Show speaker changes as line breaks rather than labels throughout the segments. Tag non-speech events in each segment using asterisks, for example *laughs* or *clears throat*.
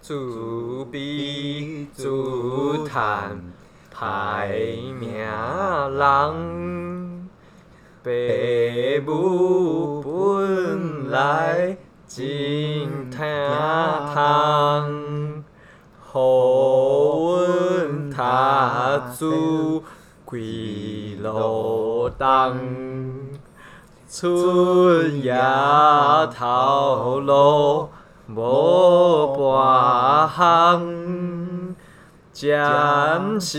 自比自叹，歹命人。爸母本来真疼痛，互阮读书几落冬。春夜头路无半项，暂时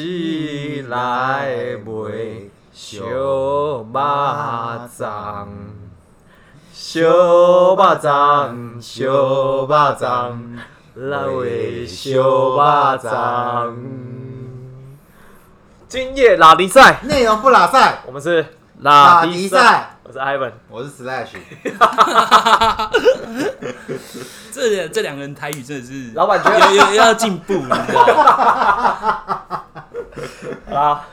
来袂小肉粽，小肉粽，小肉粽，来位小肉粽。今夜拉迪赛，
内容不拉塞，
我们是
打
拉
比
迪赛，
赛。
我是 Ivan。
我是 Slash，
这这两个人台语真的是
老板觉得
有有有要进步，你知道吗？ *laughs*
好啦
嗯，
啊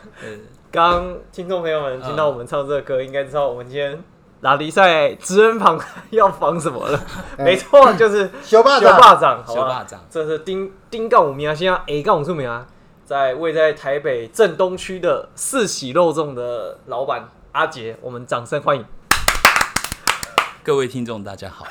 刚听众朋友们听到我们唱这个歌，应该知道我们今天拉迪赛知恩旁 *laughs* 要防什么了。
哎
没错，就是
小
*laughs*
霸
小霸
掌，
掌，好
小
吧
霸？掌，
这是丁丁杠五名啊，现在 A 杠五出名啊，在位在台北正东区的四喜肉粽的老板阿杰，我们掌声欢迎。 *laughs*
各位听众大家 *laughs* 好，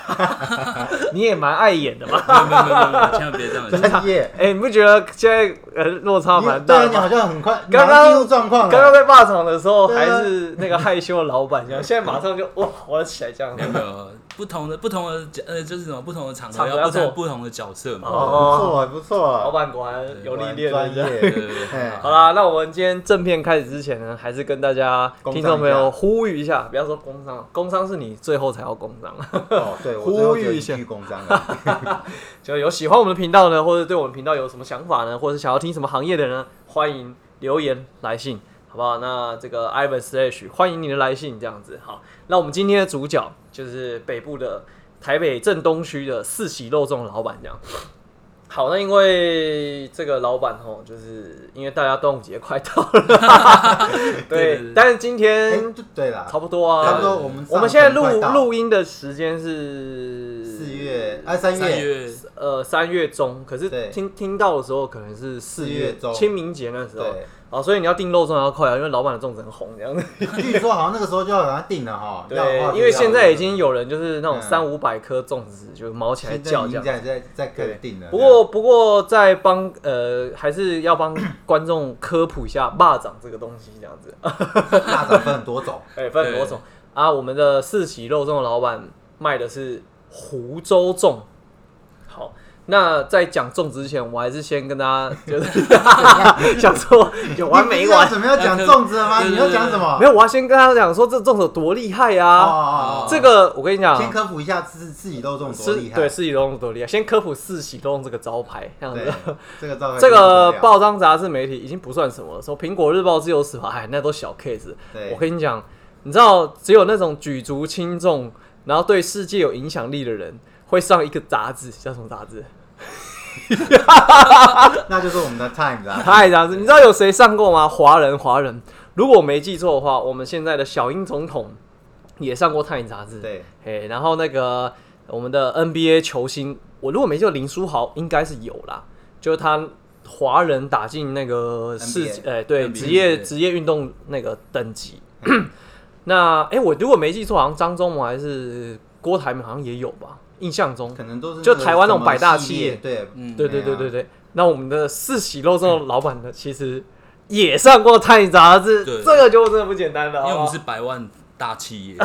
你也蛮碍眼的嘛？ *laughs*
没有没有没有没有，千万别这样讲，
专业。
哎、你不觉得现在呃落差
你
蛮
对
大
啊，
的
你好
吗？
像很快，
刚刚
马上进入状况
刚刚
了。
在霸场的时候
对啊
还是那个害羞的老板这样，现在马上就哇活了起来
*laughs*
这样
没。有没有不同的不同的角呃就是什么不同的场
场
合
合
要不
要
同
做
不同的角色嘛，
哦
不错，不
老
错，
板果然有历练
专
了。
对对
业。
对对，
哎
好啦，那我们今天正片开始之前呢，还是跟大家
工
听
商一下
众朋友呼吁一下，不要说工商，工商是你最后才要工商。
哦，对，我最后只有一句工章了。
就有喜欢我们的频道呢，或者对我们频道有什么想法呢，或者想要听什么行业的人呢，欢迎留言来信，好不好？那这个 Ivan Slash 欢迎你的来信，这样子好。那我们今天的主角就是北部的台北正东区的四喜肉粽老板，这样。好，那因为这个老板吼，就是因为大家端午节快到了， *laughs*
对对
对
对，
但是今
哎
天，
对啦，
差不多啊，
差不多。我们
我们现在录
上传快到
录音的时间是
四月，哎，三
三
月，
月
呃三月中，可是
对
听听到的时候可能是四
四月中
清明节那时候
对，
哦，所以你要订肉粽要快啊，因为老板的粽子很红这样子。
据说好像那个时候就好像定了哈。要
对，因为现在已经
要
有人就是那种
嗯
三五百颗粽子就毛起来
现在
叫
已
这
经
样。
在在在开始定了。
不过不过在帮呃还是要帮观众科普一下蚂蚱这个东西这样子，
大掌分很多种，
哎、分很多种啊。我们的四喜肉粽的老板卖的是湖州粽。好，那在讲粽之前，我还是先跟大家就是 *laughs* 想
*laughs*
说有完没完。
怎么要讲粽子了吗？你要讲什
*laughs*
么？
没有，我要先跟他讲说这粽子有多厉害啊！
哦哦
这个我跟你讲，
先科普一下自自己肉粽多
是
厉害。
对四喜肉粽多厉害，先科普四喜肉粽这个招牌这样子
对。，这个照片
这个
不得了
报章杂志媒体已经不算什么了，说《苹果日报》《自由时报》，哎，那都小 case。
对
我跟你讲，你知道，只有那种举足轻重，然后对世界有影响力的人，会上一个杂志，叫什么杂志？
那就是我们的 time 啦。
太杂志。你知道有谁上过吗？华人，华人。如果我没记错的话，我们现在的小英总统也上过《泰晤杂志》。
对，
嘿，然后那个我们的 NBA 球星，我如果没记错，林书豪应该是有啦，就是他华人打进那个
NBA
世界，哎，对，
NBA
职业
对
职业运动那个等级。 *coughs* 那哎，我如果没记错，好像张忠谋还是郭台铭好像也有吧，印象中。
可能都是
就台湾那种百大
什么
企
系
业
列，对，
嗯
对对对
对啊
对对，那我们的四喜肉粽老板呢，其实也上过《泰晤杂志》，
对
这个就真的不简单了，
因为
好不
我
好
们是百万大企业，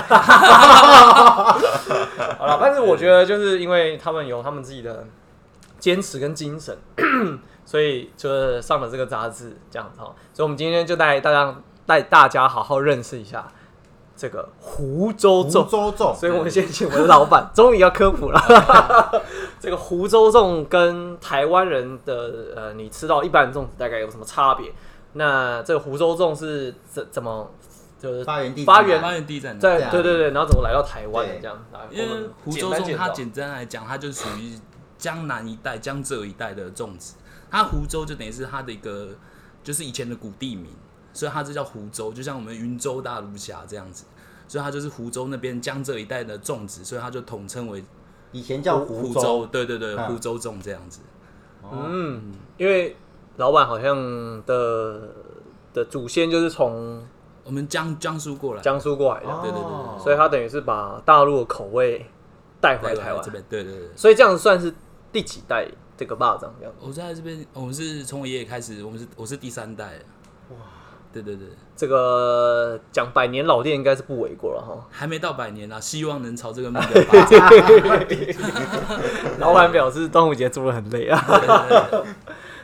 好了，但是我觉得就是因为他们有他们自己的坚持跟精神， *clears throat* 所以就是上了这个杂志这样子哦。所以我们今天就带大家带大家好好认识一下这个湖州
湖
粽。
州粽，
所以我们先请我的老板， *laughs* 终于要科普了。 *laughs* 这个湖州粽跟台湾人的呃，你吃到一般的粽子大概有什么差别？那这个湖州粽是怎怎么就是
发源地
发源
发源地在哪？
在
对啊
对对对，然后怎么来到台湾的
对
这样？来
因
我
为
们
湖
简
州
单介
粽，
绍
它简单来讲，它就属于江南一带、江浙一带的粽子。它湖州就等于是它的一个，就是以前的古地名，所以它这叫湖州，就像我们云州大儒峡这样子，所以它就是湖州那边江浙一带的粽子，所以它就统称为
以前叫湖
湖
州，
对对对，
嗯
湖州粽这样子。
嗯，因为老板好像的的祖先就是从
我们江江苏过来，
江苏过来的，
对对对
哦
所以他等于是把大陆的口味带回
来
来台湾
这，边，对对对。
所以这样算是第几代这个霸掌这样？
我在这边，我们是从我爷爷开始，我们是我是第三代。哇，对对对，
这个讲百年老店应该是不为过了哈。
还没到百年啊，希望能朝这个目标发展。
*laughs* 老板表示端午节做的很累啊。
对对对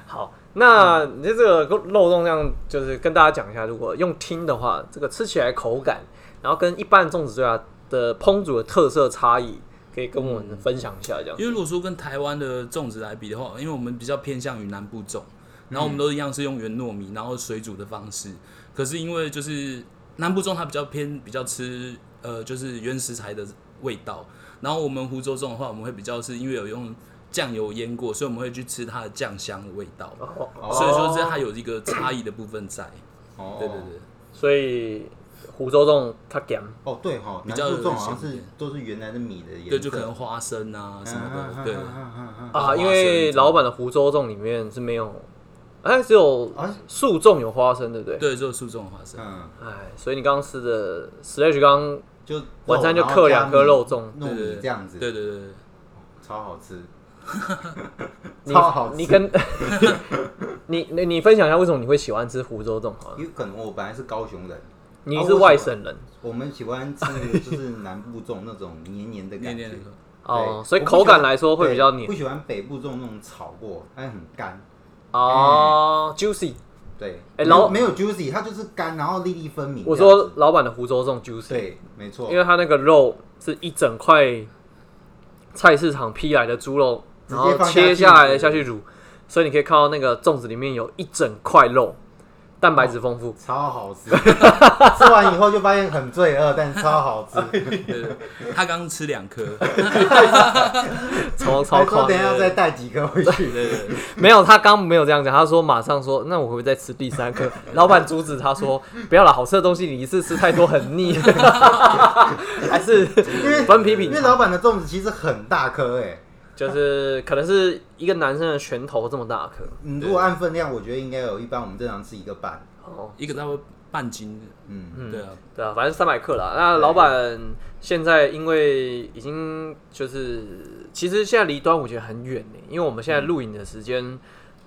好，那你这个漏洞量就是跟大家讲一下，如果用听的话，这个吃起来口感，然后跟一般粽子最大的烹煮的特色差异，可以跟我们分享一下这样。
因为如果说跟台湾的粽子来比的话，因为我们比较偏向于南部粽，然
嗯
后我们都一样是用原糯米，然后水煮的方式。可是因为就是南部粽它比较偏比较吃呃就是原食材的味道，然后我们湖州粽的话，我们会比较是因为有用酱油腌过，所以我们会去吃它的酱香的味道。
哦
哦
所以说这它有一个差异的部分在。
哦
对对对，
所以湖州粽它咸，
哦，对哈，
比
南
较
部粽好像
有
是
咸
都是原来的米的颜色，嗯
对，就可能花生啊什么的，
对
对。
啊，
花生
因为老板的湖州粽里面是没有，哎，只有
啊
素粽有花生，对不对？
对，只有素粽的花生，
嗯，
哎，所以你刚刚吃的 slash 刚刚
就肉
晚餐就刻两颗肉粽
然后加米
对
糯
对
米
对
这样子，
对对对对，
超
*laughs*
好吃，
你
超好吃。
你跟 *laughs* 你你你分享一下为什么你会喜欢吃湖州粽好了
因为可能我本来是高雄人，
你是外省人
我们喜欢吃那个就是南部粽那种黏黏的
念
感
念
觉
的，歌
哦
对，
所以
哎我不
口
喜欢
感来说会比较
对嗯
黏
不喜欢北部粽那种炒过，但很干。
哦，juicy。
对，
哎
没有
然后
没有 juicy，它就是干，然后粒粒分明。
我
这样
说
子
老板的湖州粽 juicy，
对，没错
因，为它那个肉是一整块菜市场批来的猪肉，
直接
然后
放下
切
去
下来
对
下去卤，所以你可以看到那个粽子里面有一整块肉，蛋白质丰富。
超
*laughs*
好吃。吃完以后就发现很罪恶，但超好吃。
对对对他刚吃两颗，
超超
还说
夸
等一
张。
下再带几颗回
*laughs*
去。
对对对，
没有，他刚没有这样讲，他说马上说，那我会不会再吃第三颗？ *laughs* 老板阻止他说，不要了，好吃的东西你一次吃太多很腻，还是
因为
分批品
因为老板的粽子其实很大颗哎、
就是可能是一个男生的拳头这么大颗。
你嗯如果按分量，我觉得应该有一般我们正常吃一个半，
哦，
一个大概半斤的，
嗯，
对啊，
对啊，反正三百克啦。那老板现在因为已经就是，其实现在离端午节很远呢，因为我们现在录影的时间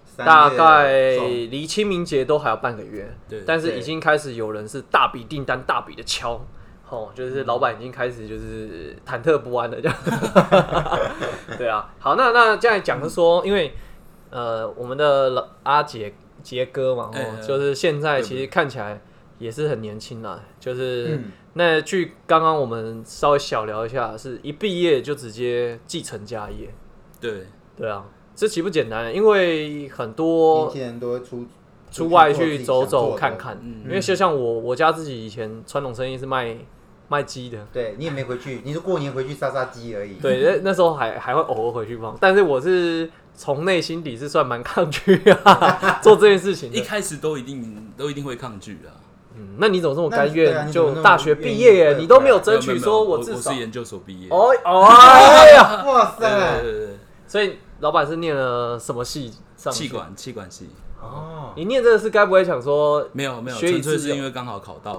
三
大
月
概呃
粽
离清明节都还有半个月，
对
但是
对
已经开始有人是大笔订单、大笔的敲，哦，就是老板已经开始就是忐忑不安了
*laughs*
这样。对啊，好，那那这样讲是说，因为呃，我们的老阿杰杰哥嘛，
哎
哦，
哎
就是现在
对
其实看起来也是很年轻啦，就是
嗯
那据刚刚我们稍微小聊一下，是一毕业就直接继承家业，
对，
对啊。这岂不简单？因为很多
年轻人都会出
出外
做自
去
己想
走走
做的
看看，
嗯
因为就像我我家自己以前传统生意是卖卖鸡的，
对你也没回去，你是过年回去杀杀鸡而已。
对，那那时候还还会偶尔回去帮，但是我是从内心底是算蛮抗拒啊做这件事情
一
的。
开始都一定都一定会抗拒啊，
嗯，那你怎么这么
那你
甘
对啊
愿？
你怎么那
就
么
大学
愿意
毕业耶，
对啊
你都没有
对
争
没有
取
没有
说
我
至少
是研究所毕业，
哦
*laughs*
哦哎呀，
*laughs* 哇
对对
塞，
对对
所以老板是念了什么系上
对，
去
气。管气管系
哦，
你念这个是该不会想说，
没有没有，
学以
纯粹
致
是因
用？
为刚好考到，
*laughs*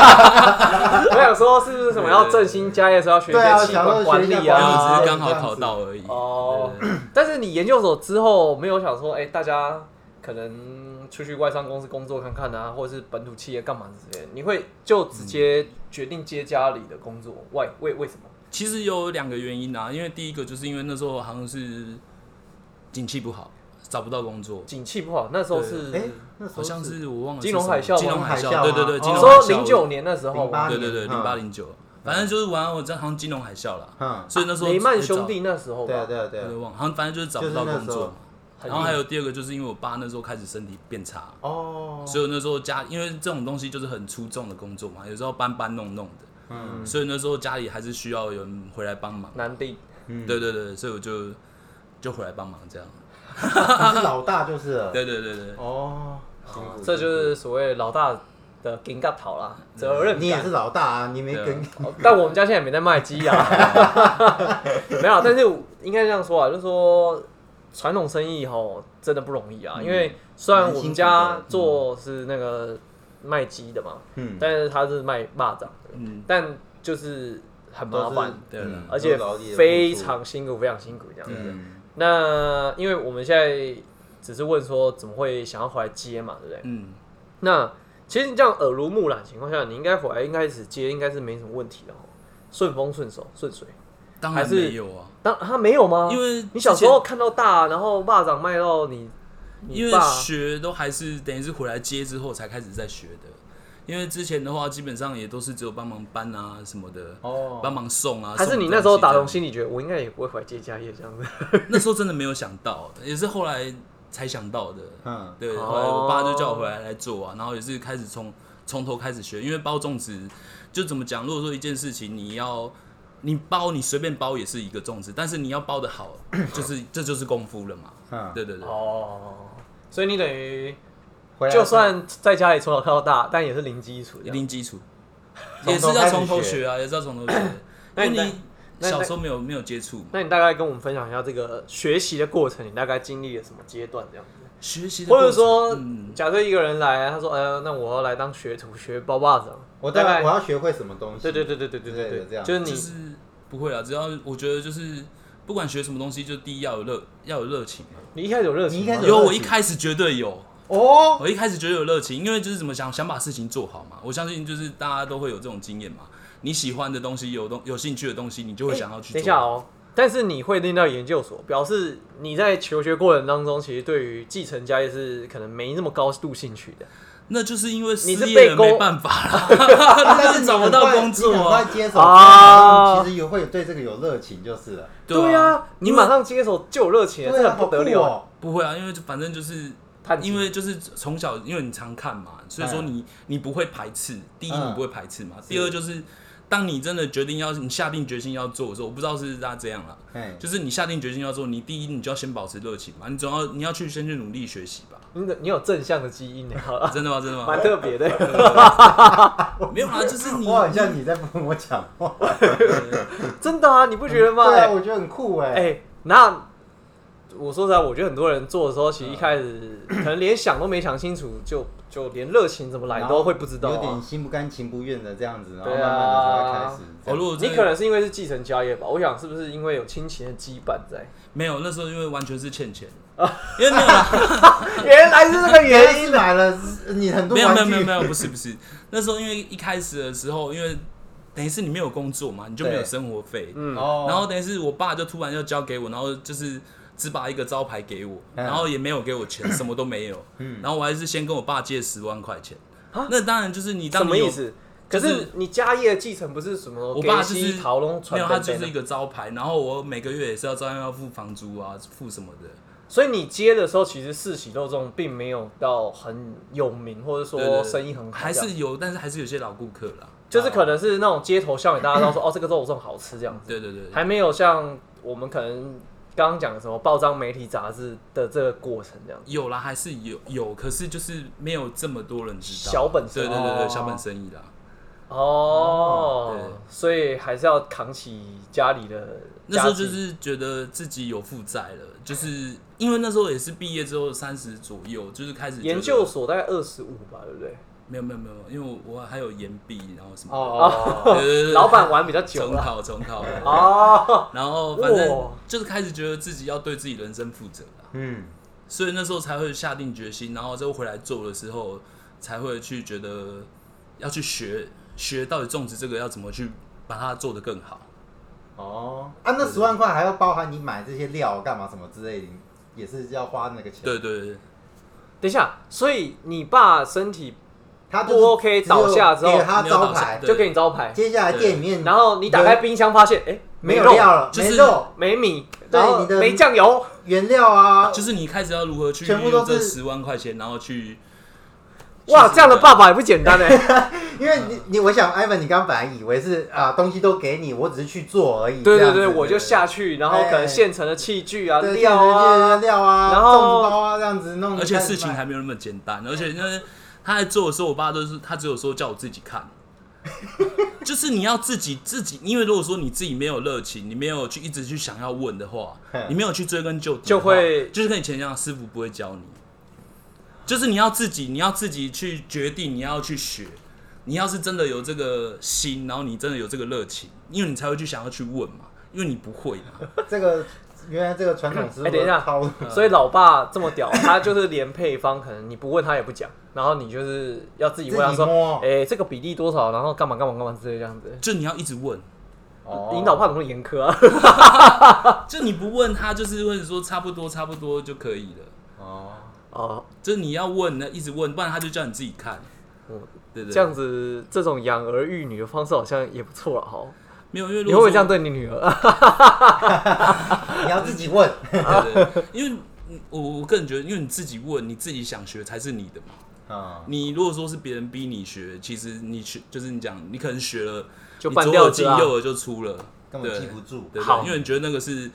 我想说是不是什么要振兴家业的时候要学一
对啊
些气
想
管
说
管
学一下
理
管理
然
啊
后只
之类
是
的
刚好考到而已。
哦 *clears throat*
对对对
但是你研究所之后没有想说，哎、大家可能出去外商公司工作看看啊，或者是本土企业干嘛之类的，你会就直接决定接家里的工作？为为为什么？
其实有两个原因啊，因为第一个就是因为那时候好像是景气不好，找不到工作，
景气不好，那时候是
哎，那时候
好像是我忘了
金融
是什么
海啸吗
金融海
金融海啸
啸，
啊
对对对，
哦
金
你
融
说
海啸
零九年的时候
08
吗，
对对对，零
嗯
八零九，反正就是玩我这好像金融海啸了，
嗯，
所以那时候
啊雷曼
在找
兄弟那时候
对啊
吧，
对啊对
我
啊
也忘了，好像反正就是找不到工
就是那时
作
候。
很
然后还有第二个就是因为我爸那时候开始身体变差，
哦，
所以我那时候家因为这种东西就是很出众的工作嘛，有时候搬搬弄弄的，
嗯
所以那时候家里还是需要有人回来帮忙。
南地
嗯，
对对对，所以我就就回来帮忙这样。
你是老大就是了。
对对对对，
哦，辛苦
这就是所谓老大的金嘎头啦，责任
你也
感
是。老大啊，你没
对啊
跟
哦但我们家现在 *laughs* 也没在卖鸡啊，没有啊，但是我应该这样说啊，就是说传统生意吼真的不容易啊，
嗯
因为虽然
蛮
我们
辛苦
家
的
做是那个卖鸡的嘛，
嗯，
但是他是卖蚂蚱的，
嗯，
但就是很
都
麻
是
烦，
对
嗯
了
而且
都是劳力的付出
非常辛苦，非常辛苦这样子。
嗯
那因为我们现在只是问说怎么会想要回来接嘛，对不对？
嗯，
那其实你这样耳濡目染的情况下，你应该回来一开始接应该是没什么问题的哦，顺风顺手顺水。
当
还
然
是
没有啊，
当他没有吗？
因为
你小
之
时
前
候看到大，然后蚂蚱卖到你，你
因为
爸
学都还是等于是回来接之后才开始在学的，因为之前的话基本上也都是只有帮忙搬啊什么的，
哦
帮忙送啊。
还是
送
你那时候
东西这
打
样
从心里觉得我应该也不会回来接家业这样子。
*laughs* 那时候真的没有想到，也是后来才想到的。
嗯，
对，
哦
后来我爸就叫我回来来做啊，然后也是开始从从头开始学，因为包种植就怎么讲，如果说一件事情你要你包你随便包也是一个种植，但是你要包的好，就是这就是功夫了嘛。
嗯
对对
*laughs*
对，
哦，所以你等于
回来
就算在家里从小看到大，但也是零基础这
一
样。，
定基础，
从
也是
头开
要
始
从头
学
学啊，也是要从头学
*coughs* 那你
因为
那
你小时候没有没有接触嘛。
那你大概跟我们分享一下这个学习的过程，你大概经历了什么阶段这样子？
学习的
或
过程，
者说，
嗯，
假设一个人来，他说：“哎、呀，那我要来当学徒，学包把子。”
我
大
大
概
概我要学会什么东西？
对对对对对对
之类
对
的这样
就是你、
就是不会啦，只要我觉得就是不管学什么东西，就第一要有热要有热情嘛。
你一开始有热情吗，
你一开始
有，
热
我一
情
开始绝对有，
*laughs*
哦，
我一开始觉得有热情，因为就是怎么想想把事情做好嘛。我相信就是大家都会有这种经验嘛。你喜欢的东西，有东有兴趣的东西，你
哎
就会想要去做。
等一下哦。但是你会念到研究所，表示你在求学过程当中，其实对于继承家业是可能没那么高度兴趣的。
那就是因为失
你是
业
被
了，
勾
没办法啦， *laughs* 但
你
找不
很
到
快
工作
你很
啊
快。接手
啊
家业其实也会有对这个有热情就是了。
对
啊，
啊，你马上接手就有热情，
对
这
啊，
很不得了。
好酷哦
不会啊，因为就反正就是
探
因为就是从小，因为你常看嘛，所以说你、你不会排斥。第一，
嗯
你不会排斥嘛；第二，就是当你真的决定要，你下定决心要做的时候，我不知道是不是大家这样啦，
哎，
就是你下定决心要做，你第一你就要先保持热情嘛，你总要你要去先去努力学习吧。
你的你有正向的基因，你知道吗
真的吗？真的
*laughs*
吗？
蛮特别
*laughs*
的。
嗯没有啦，就是
*laughs*
你
我好像你在跟我讲
*laughs*
话，
真的啊，你不觉得吗？
对
哎、
啊，我觉得很酷哎、
哎那我说实在，我觉得很多人做的时候，其实一开始
嗯
可能连想都没想清楚，就就连热情怎么来
然后
都会不知道、
有点
啊。
心不甘情不愿的这样子，然后
对
慢
啊
慢的才会开始这
哦，
样。
如果
你
真的
可能是因为是继承家业吧，我想是不是因为有亲情的羁绊在？
没有那时候，因为完全是欠钱，因为没有啦，
原哎来是这个
原来
原因
*laughs* 是。买了你很多
没有
玩
没
具，
有没有没有，不是不是，那时候因为一开始的时候，因为等于是你没有工作嘛，你就没有
对
生活费，
嗯，
哦，
然后等于是我爸就突然要交给我，然后就是只把一个招牌给我，
嗯
然后也没有给我钱，什么都没有。
嗯
然后我还是先跟我爸借十万块钱
啊。
那当然就是你当
什
你
么
有
意？思？可
就是
是你家业继承不是什么？
我爸就
给
是
西桃龙
没
传
有，他
等
就
等
是
的
一个招牌。然后我每个月也是要照样要付房租啊，付什么的。
所以你接的时候，其实四喜肉粽并没有到很有名，或者
对对
说
对
生意很好，
还是有，但是还是有些老顾客啦。
就是可能是那种街头巷尾大家都说哦，这个肉粽好吃这样子，
对对对，
还没有像我们可能刚刚讲的什么报章媒体杂志的这个过程这样子。
有啦，还是有有，可是就是没有这么多人知道。
小本生
对
意
对对
哦
对，小本生意啦。
哦
对，
所以还是要扛起家里的
那时候
家计
就是觉得自己有负债了，就是因为那时候也是毕业之后三十左右，就是开始觉得
研究所大概二十五吧，对不对？
没有没有没有，因为我我还有延毕，然后什么的
哦，
对对对
啊老板玩比较久
重
了
考重考，
哦，
然后反正
哇
就是开始觉得自己要对自己人生负责了，
嗯，
所以那时候才会下定决心，然后之后回来做的时候才会去觉得要去学学到底种植这个要怎么去把它做得更好。
哦，啊，那十万块还要包含你买这些料干嘛什么之类的，也是要花那个钱。，
对对对，
等一下，所以你爸身体
他
不 OK 倒下之后
给他招牌，
对
就给你招牌，
接下来店里面，
然后你打开冰箱发现，哎，
没有
肉
料了，
就是
没肉、
没米，
对
然后
你的
没酱油，
原料啊，
就是你开始要如何去
全部
用
都
这
是
十万块钱，然后去
哇，
就是
这样的爸爸也不简
*laughs*
单哎。
因为你你，我想，Ivan，你刚刚本来以为是啊，东西都给你，我只是去做而已。
对
这
对
样子
对，我就下去，然后可能现成的器具啊、
对
料啊，
料啊，
然后
粽子包啊，这样子弄。
而且事情还没有那么简
嗯
单，而且那他在做的时候，我爸都是他只有说叫我自己看， *laughs* 就是你要自己自己，因为如果说你自己没有热情，你没有去一直去想要问的话
嗯，
你没有去追根究底的
就
话，
会
就是跟以前一样，师傅不会教你。就是你要自己，你要自己去决定，你要去学。你要是真的有这个心，然后你真的有这个热情，因为你才会去想要去问嘛，因为你不会嘛。 *laughs*
这个原来这个传统师傅
哎等一下
的套路，
所以老爸这么屌，他就是连配方可能你不问他也不讲，然后 *laughs* 你就是要自己问他
自己
说，
摸
哎、这个比例多少，然后干嘛干嘛干嘛之类这样子。
就你要一直问，
哦
你老爸怎么那么严苛啊？
就你不问他，就是问说差不多差不多就可以了。
哦，
*laughs* 哦，
就是你要问，那一直问，不然他就叫你自己看
嗯。
对不
这
对？
样子这种养儿育女的方式好像也不错了哈。
没有，因为
你会
如
不
果
会这
说
样对你女儿？ *laughs*
你要自己问，
对对对，因为嗯我我个人觉得，因为你自己问，你自己想学才是你的嘛。
嗯，
你如果说是别人逼你学，其实你学就是你讲，你可能学了，
就
你
半
左
吊
耳
子
进
啊
右耳就出了，
根本记不住。
对不
好
对？因为你觉得那个是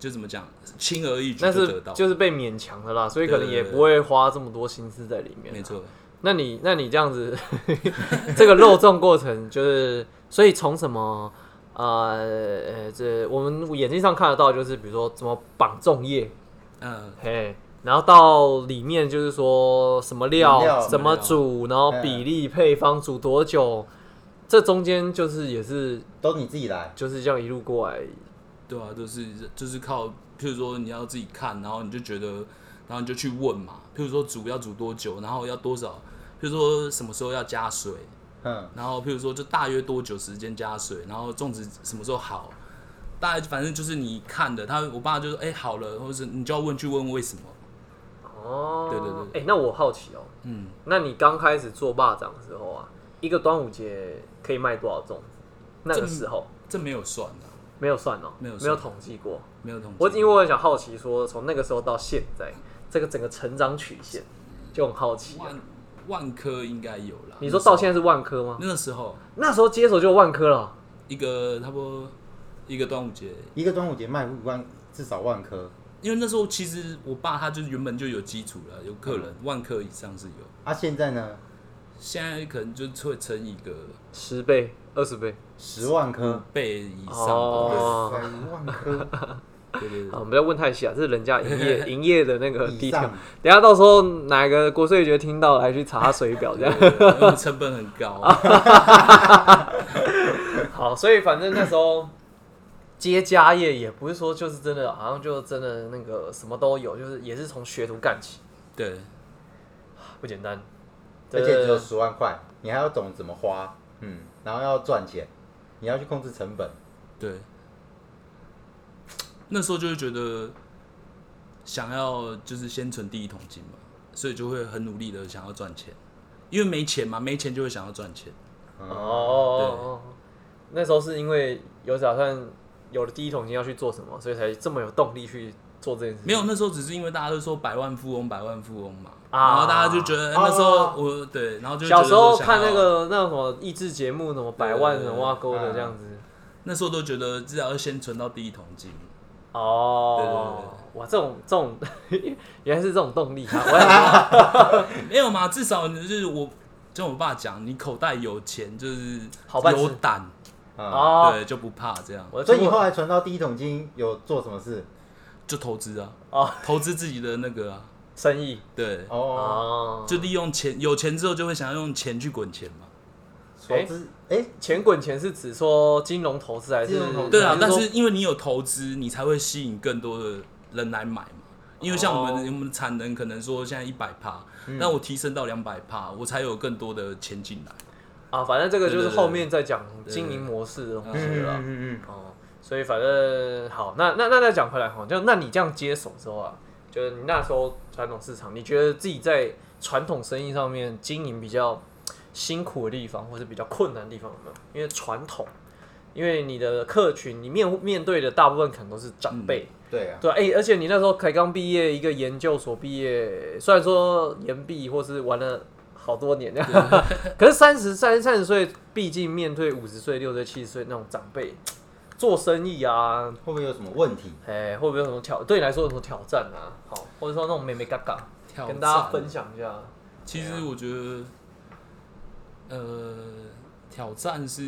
就怎么讲，轻而易举
那
就是得到，
就是被勉强的啦，所以可能也
对对对
不会花这么多心思在里面
没。错。
那你那你这样子， *laughs* 这个肉粽过程就是，所以从什么呃呃，这我们眼睛上看得到，就是比如说怎么绑粽叶，
嗯，
嘿，然后到里面就是说什么料
料
怎么煮，然后比例配方煮多久，这中间就是也是
都你自己来，
就是这样一路过来，
对啊，就是就是靠，譬如说你要自己看，然后你就觉得，然后你就去问嘛。譬如说煮要煮多久，然后要多少，譬如说什么时候要加水，
嗯，
然后譬如说就大约多久时间加水，然后粽子什么时候好，大概反正就是你看的。他我爸就说，哎、好了，或者是你就要问去问为什么。
哦，
对对对
哎、那我好奇哦，
嗯，
那你刚开始做霸掌的时候啊，一个端午节可以卖多少粽子？那个时候
这没有算的、
没有算哦，
没有算
统计过。
没有统计。
我因为我想好奇说，从那个时候到现在，这个整个成长曲线就很好奇啊、
万万科应该有啦。
你说到
在
现在是万科吗？
那个时候，
那时候接手就有万科了，
一个差不多一个端午节
一个端午节卖五万，至少万颗
因为那时候其实我爸他就是原本就有基础了，有客人、万客以上是有，
啊！现在呢，
现在可能就会乘以个
十倍、二十倍。
十万颗，
倍以上吧。
哦
哇塞，一万颗
对对
啊，
对，
我们不要问太细啊，这是人家营业营业的那个
以
低调
上。，
等一下到时候哪个国税局听到来去查他水表
*laughs*
这样。
对对对因为成本很高。
好，所以反正那时候接家业也不是说就是真的，好像就真的那个什么都有，就是也是从学徒干起，
对，
不简单。
而且只有十万块，你还要懂怎么花，嗯，然后要赚钱，你要去控制成本，
对，那时候就会觉得想要就是先存第一桶金嘛，所以就会很努力的想要赚钱，因为没钱嘛，没钱就会想要赚钱。
哦
嗯
哦哦，那时候是因为有打算有了第一桶金要去做什么，所以才这么有动力去做这件事情。
没有，那时候只是因为大家都说百万富翁，百万富翁嘛，
啊
然后大家就觉得、哎
哦
那时候我对，然后就觉得
小时候
说想要
看那个那什么益智节目，什么百万人挖沟的
对
这样子。
那时候都觉得至少要先存到第一桶金，
哦，哇，这种这种 *laughs* 原来是这种动力啊！我想说
没有嘛？至少就是我跟我爸讲，你口袋有钱就是
好办事
有胆，
啊，
哦，
*laughs* 对就不怕这样，
我的
所以你
中
后
国
来存到第一桶金有做什么事？
就投资啊，
哦
投资自己的那个啊，
生意
对，
哦，
哦，
就利用钱，有钱之后就会想要用钱去滚钱嘛，
投资，哎，
钱滚钱是指说金融投资哦还是
金融投资
对啊
还，
但
说
是因为你有投资，你才会吸引更多的人来买嘛。因为像我们、
哦嗯
我们的产能可能说现在一百帕，那我提升到两百帕，我才有更多的钱进来。
啊，反正这个就是
对对对
后面再讲经营模式的东西
嗯
了
嗯。嗯
哦，所以反正好，那那那再讲回来哈，就那你这样接手之后啊，就是你那时候传统市场，你觉得自己在传统生意上面经营比较辛苦的地方，或者比较困难的地方有没有？因为传统，因为你的客群，你面面对的大部分可能都是长辈，
嗯，对啊，
对啊，哎、而且你那时候才刚毕业，一个研究所毕业，虽然说研毕或是玩了好多年， *laughs* 可是三十三三十岁，毕竟面对五十岁、六十岁、七十岁那种长辈，做生意啊，
会不会有什么问题？
哎、会不会有什么挑？对你来说有什么挑战啊？好，或者说那种美美嘎嘎，
挑
跟大家
战，
啊分享一下。
其实我觉得，呃，挑战是，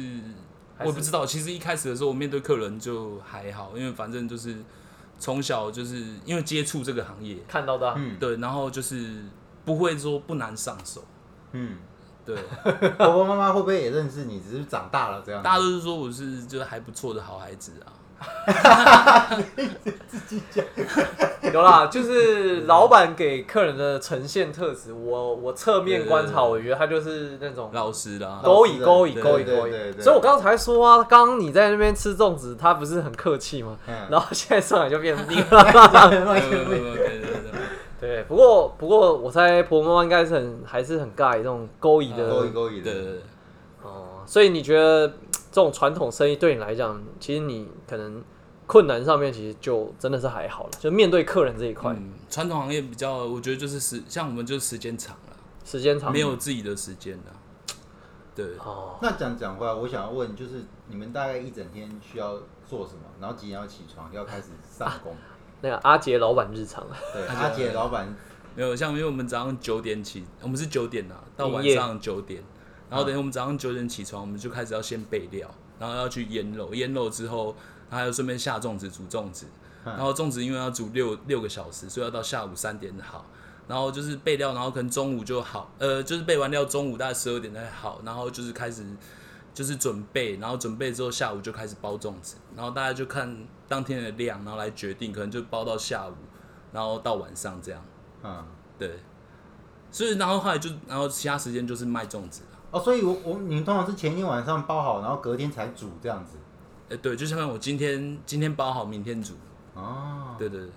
还是
我也不知道。其实一开始的时候，我面对客人就还好，因为反正就是从小就是因为接触这个行业，
看到的啊，
嗯
对，然后就是不会说不难上手，
嗯，
对，
婆婆妈妈会不会也认识你？只是长大了这样子，
大家都是说我是就是还不错的好孩子啊，
有啦，
*laughs*
就是老板给客人的呈现特质，我我侧面观察，
对对对
我觉得他就是那种
老师啦，
老
勾引勾引
对
勾引
对对
勾
对
引。
对
所以我刚刚才说啊，刚刚你在那边吃粽子，他不是很客气吗？
嗯
然后现在上来就变成另一个
*laughs*
对对对对对对
对，不过不过我猜婆婆妈妈应该是很还是很尬这种勾引的
嗯勾引勾引
对对
的，
对，
哦、所以你觉得这种传统生意对你来讲，其实你可能困难上面其实就真的是还好了，就面对客人这一块、
嗯，传统行业比较，我觉得就是时像我们就是时间长了，
时间长
没有自己的时间了，对。
哦，
那讲讲话，我想要问，就是你们大概一整天需要做什么？然后几点要起床，要开始上工？
那个阿杰老板日常啊
对，阿杰老板
没有，像因为我们早上九点起，我们是九点啊，到晚
营业
上九点，然后等于我们早上九点起床，我们就开始要先备料，然后要去腌肉，腌肉之后，还要顺便下粽子、煮粽子，然后粽子因为要煮六六个小时，所以要到下午三点好，然后就是备料，然后可能中午就好，呃，就是备完料中午大概十二点才好，然后就是开始就是准备，然后准备之后下午就开始包粽子，然后大家就看当天的量，然后来决定，可能就包到下午，然后到晚上这样。
嗯，
对，所以然后后来就然后其他时间就是卖粽子了。
哦，所以我我你们通常是前一天晚上包好，然后隔天才煮这样子。
哎、对，就相当于我今天今天包好，明天煮。
哦，
对对对，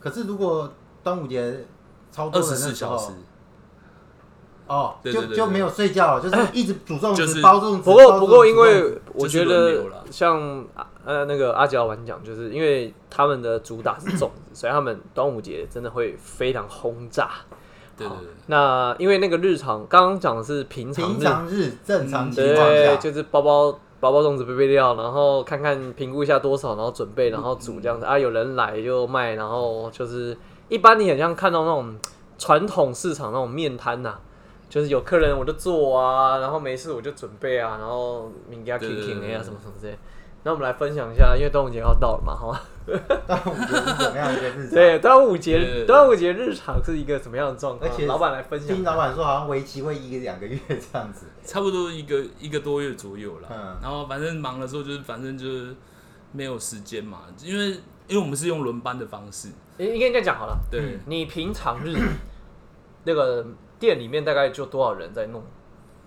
可是如果端午节超多
二
人
十
的
四
时
小时
候，。哦，
对对
就
对
就
对
没有睡觉，就是一直煮粽
就是
子、包粽子。
不
包粽
过
子
不过，因
煮粽子
为我
就
觉
是轮流
得
啦
像呃那个阿杰老板讲，就是因为他们的主打是粽子，所以他们端午节真的会非常轰炸。
对对
好
对，
那因为那个日常刚刚讲的是平常
平
日，
常日正常情况
嗯对，
下，
就是包包包包粽子备备料，然后看看评估一下多少，然后准备，然后煮这样子啊。有人来就卖，然后就是一般你很像看到那种传统市场那种面摊呐、就是有客人我就做啊，然后没事我就准备啊，然后明给他
对
king
对
king
对
哎呀
对
什么什么之类。那我们来分享一下，因为端午节要到了嘛，哈。
端午节是怎么样一个
*laughs*
日常？
对，端午
对对
节
对
端午节日常是一个什么样的状况？
而且
老板来分享一
听
下。
老板说，好像为期会一个两个月这样子。
差不多一个一个多月左右了。
嗯
然后反正忙的时候就是反正就是没有时间嘛，因为因为我们是用轮班的方式。
应应该这样讲好了。
嗯
对，
你平常日 *clears throat* 那个店里面大概就多少人在弄，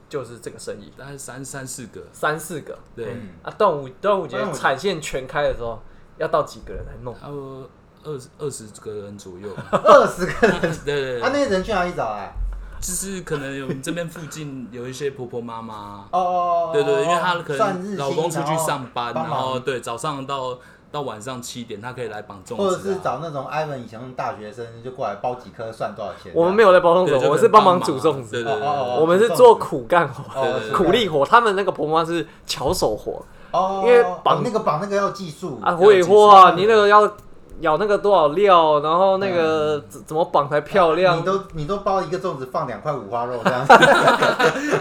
就是这个生意，
大概三三四个。
三四个
对，
嗯
啊。端午端午节
端午节
产线全开的时候，要到几个人来弄？
差不多二十二十个人左
*laughs*
右。
二十个人，
对对
啊，那
对，
些人去哪里找啊？
就是可能有这边附近有一些婆婆妈妈。
哦哦哦，
对对，因为她
他
可能老公出去上班，
帮
然后
忙，
对早上到到晚上七点，她可以来绑粽子、啊，
或者是找那种 Ivan 以前那种大学生就过来包几颗算多少钱？啊
我们没有在包粽
对，就可
子，
能
我是帮忙
啊
煮粽
对
子，
对对对
哦
我们是
煮粽子
做苦干
哦
活、
哦
对
是
苦力活。他们那个婆妈是巧手活
哦，
因为绑
绑那个绑那个要技术
嗯
啊，火也货啊，
要
你那个要舀那个多少料，然后那个
嗯
怎怎么绑才漂亮
你？都你都包一个粽子放两块五花肉这
*laughs*
样子，然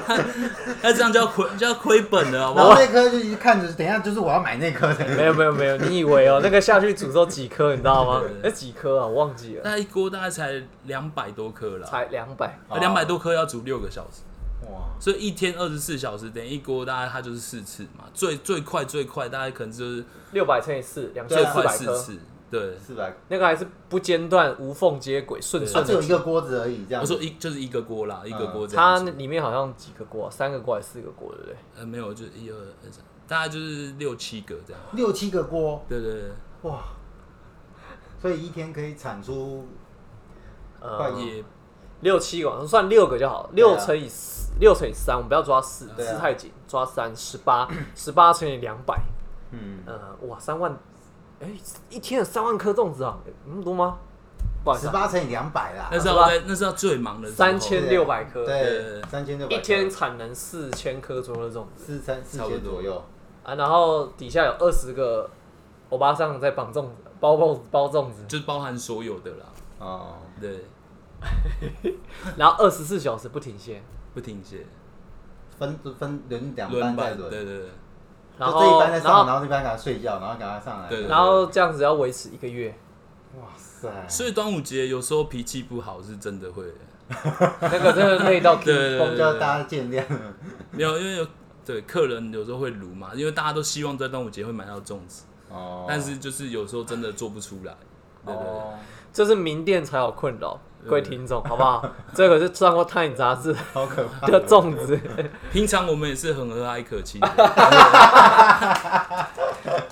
那这样就要亏就要亏本了，好不
后
好？
那颗就一看着，等一下就是我要买那颗的。
没有没有没有，你以为哦，那个下去煮之后几颗，你知道吗
对对？对
那几颗啊，我忘记了。
那一锅大概才两百多颗啦，呃
才两百，
哦
两百多颗要煮六个小时，
哇，
所以一天二十四小时等于一锅大概它就是四次嘛，最最快最快大概可能就是
六百乘以四，两
对
千
最
啊
四
快
百
四
颗，
次，对。
是吧？
那个还是不间断、无缝接轨、顺
它
顺
啊只有
的。
一个锅子而已，这样
我
子。
说一就是一个锅啦，一个锅这
它
样
那
子。
里面好像几个锅、啊，三个锅还是四个锅，对不对？
呃没有，就一二二三，大概就是六七个这样。
六七个锅，
对对对。
哇！所以一天可以产出快
呃，
一
也
六七个，算六个就好了。
对啊
六乘以四，六乘以三，我们不要抓四，
对啊
四太紧，抓三，十
*clears throat*
八，十八乘以两百，
嗯，
呃，哇，三万，哎，一天有三万颗粽子啊，那么多吗？不好意思
十
啊，
八乘以两百啦
那，是要在那是要最忙的时候
三千1600颗
对
对，
三千六百，
一天产能四千颗左右的粽子。
四三四
差不
千
多
左右。
啊，然后底下有二十个欧巴桑在绑粽子，包粽子，包粽子，
就是包含所有的啦，
哦，
对，
然后二十四小时不停歇，
不停歇，
分分轮两班
轮
再
班，
轮，
对对对，
然
就这一
后
班在
然
上，
后
然后这班赶快睡觉，然后赶快上来。
对
然后这样子要维持一个月， *laughs*
哇塞，
所以端午节有时候脾气不好是真的会，
那个真的累到
对对
Q
对
崩。
叫大家见谅。
没有因为有对客人有时候会撸嘛，因为大家都希望在端午节会买到粽子，
哦
但是就是有时候真的做不出来，对对对。
哦，
这是名店才有困扰，各位听众，好不好？ *laughs* 这个是上过《泰影》杂志
好可怕。
的粽
*laughs*
子，
平常我们也是很和蔼可
*laughs*
亲的，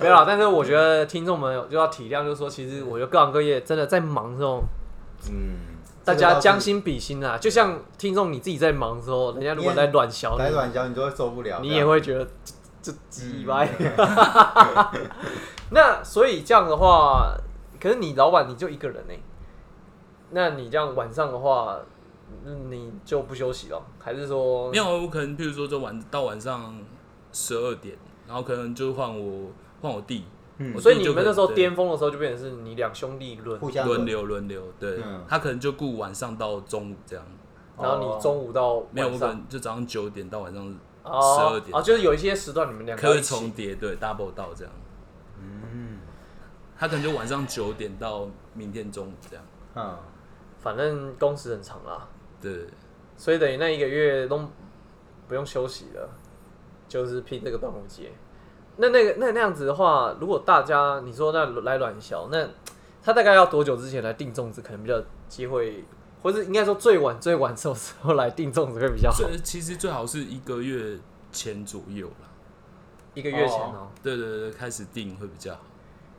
没有啦。但是我觉得听众们就要体谅，就是说，其实我觉得各行各业真的在忙这种，
嗯，
大家将
这
心比心啊。就像听众你自己在忙的时候，人家如果在乱
个
笑
倒是来，软胶你都会受不了。
你
这
也
样嗯
会觉得这这鸡掰。 *laughs* 那所以这样的话，可是你老板你就一个人呢、欸那你这样晚上的话，嗯你就不休息了，还是说
没有我可能，譬如说就晚到晚上十二点，然后可能就换我换我弟，
嗯
我
所以
弟
你
就
们
可
那
能
时候
对哦
巅峰的时候，就变成是你两兄弟论，
互相
轮，流轮流，对
嗯，
他可能就顾晚上到中午这样，
然后你
哦
中午到
没有
晚
我可
上，
能就早上九点到晚上
哦
12点
哦，就是有一些时段你们两个
可
要
以
一起
重叠，对，double 到这样，
嗯
他可能就晚上九点到明天中午这样，
嗯，
*laughs*
反正工时很长啦，
对，
所以等于那一个月都不用休息了，就是拼这个端午节。那那个那那样子的话，如果大家你说那来卵小，那他大概要多久之前来订粽子，可能比较机会，或是应该说最晚最晚什么时候来订粽子会比较 *laughs* 好？
最其实最好是一个月前左右啦，
一个月前哦、
对对对，开始定会比较好，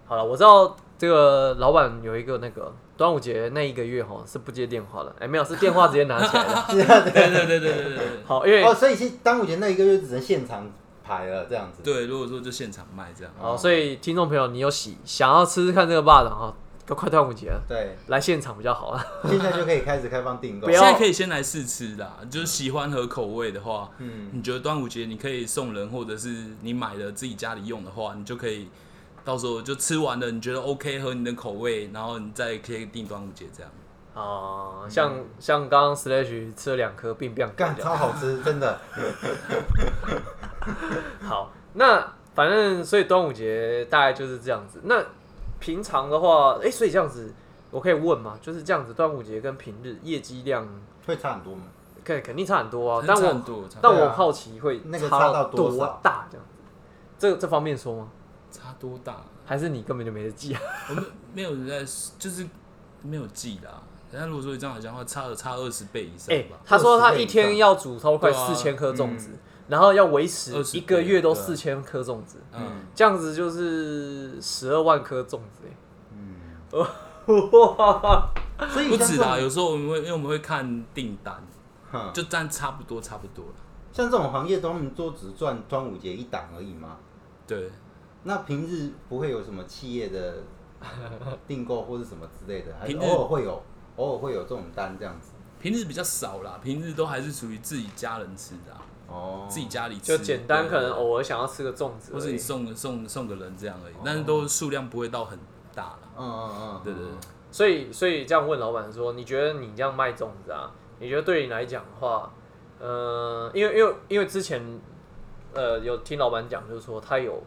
好了，我知道这个老板有一个那个端午节那一个月哈是不接电话的，哎、没有是电话直接拿起来
*laughs*
的。
对对对对对对对
好，因为
哦，所以其实端午节那一个月只能现场排了这样子。
*laughs* 对，如果说就现场卖这样，
好，所以听众朋友，你有喜想要吃吃看这个霸掌哈，都快端午节了，
对，
来现场比较好啊。 *laughs*
现在就可以开始开放订购
不。要
现在可以先来试吃啦，就是喜欢和口味的话，
嗯，
你觉得端午节你可以送人，或者是你买了自己家里用的话，你就可以到时候就吃完了，你觉得 OK 合你的口味，然后你再可以订端午节这样。
啊、像像刚刚 Slash 吃了两颗并不想
干超好吃，真的。
好，那反正所以端午节大概就是这样子。那平常的话，哎、所以这样子我可以问吗？就是这样子，端午节跟平日业绩量
会差很多吗？
肯肯定差很多啊。但
但
我
很多差
但
对
我
啊
好奇会
那个
差
差到多
多
少
大这样子？这这方面说吗？
差多大？
还是你根本就没得记啊？
我们没有人在，就是没有记啦。人家如果说你这样来讲的话，差了差二十倍以上
哎、
吧。
他说他
20倍
一
以
天
上
要煮超过快
对啊
四千颗粽子，然后要维持
20
一个月都
倍对啊
四千颗粽子，
嗯，
这样子就是十二万颗粽子、哎
嗯，
哇，
所
嗯
以
不
像
止
这
啦。
种，嗯
有时候我们会，因为我们会看订单，
哼
就但差不多差不多啦。
像这种行业，他们都只赚端午节一档而已嘛。
对，
那平日不会有什么企业
*laughs*
的订购或是什么之类的，还是
平日
偶尔会有，偶尔会有这种单这样子。
平日比较少啦，平日都还是属于自己家人吃的啊、
哦，
自己家里吃，
就简单，
对
可能偶尔想要吃个粽子
或是
而
你
已。
送送送个人这样而已，但是
哦
都数量不会到很大了。
嗯，嗯嗯嗯，
对对对，
所以，所以这样问老板说，你觉得你这样卖粽子啊？你觉得对你来讲的话，呃，因为因为因为之前呃有听老板讲，就是说他有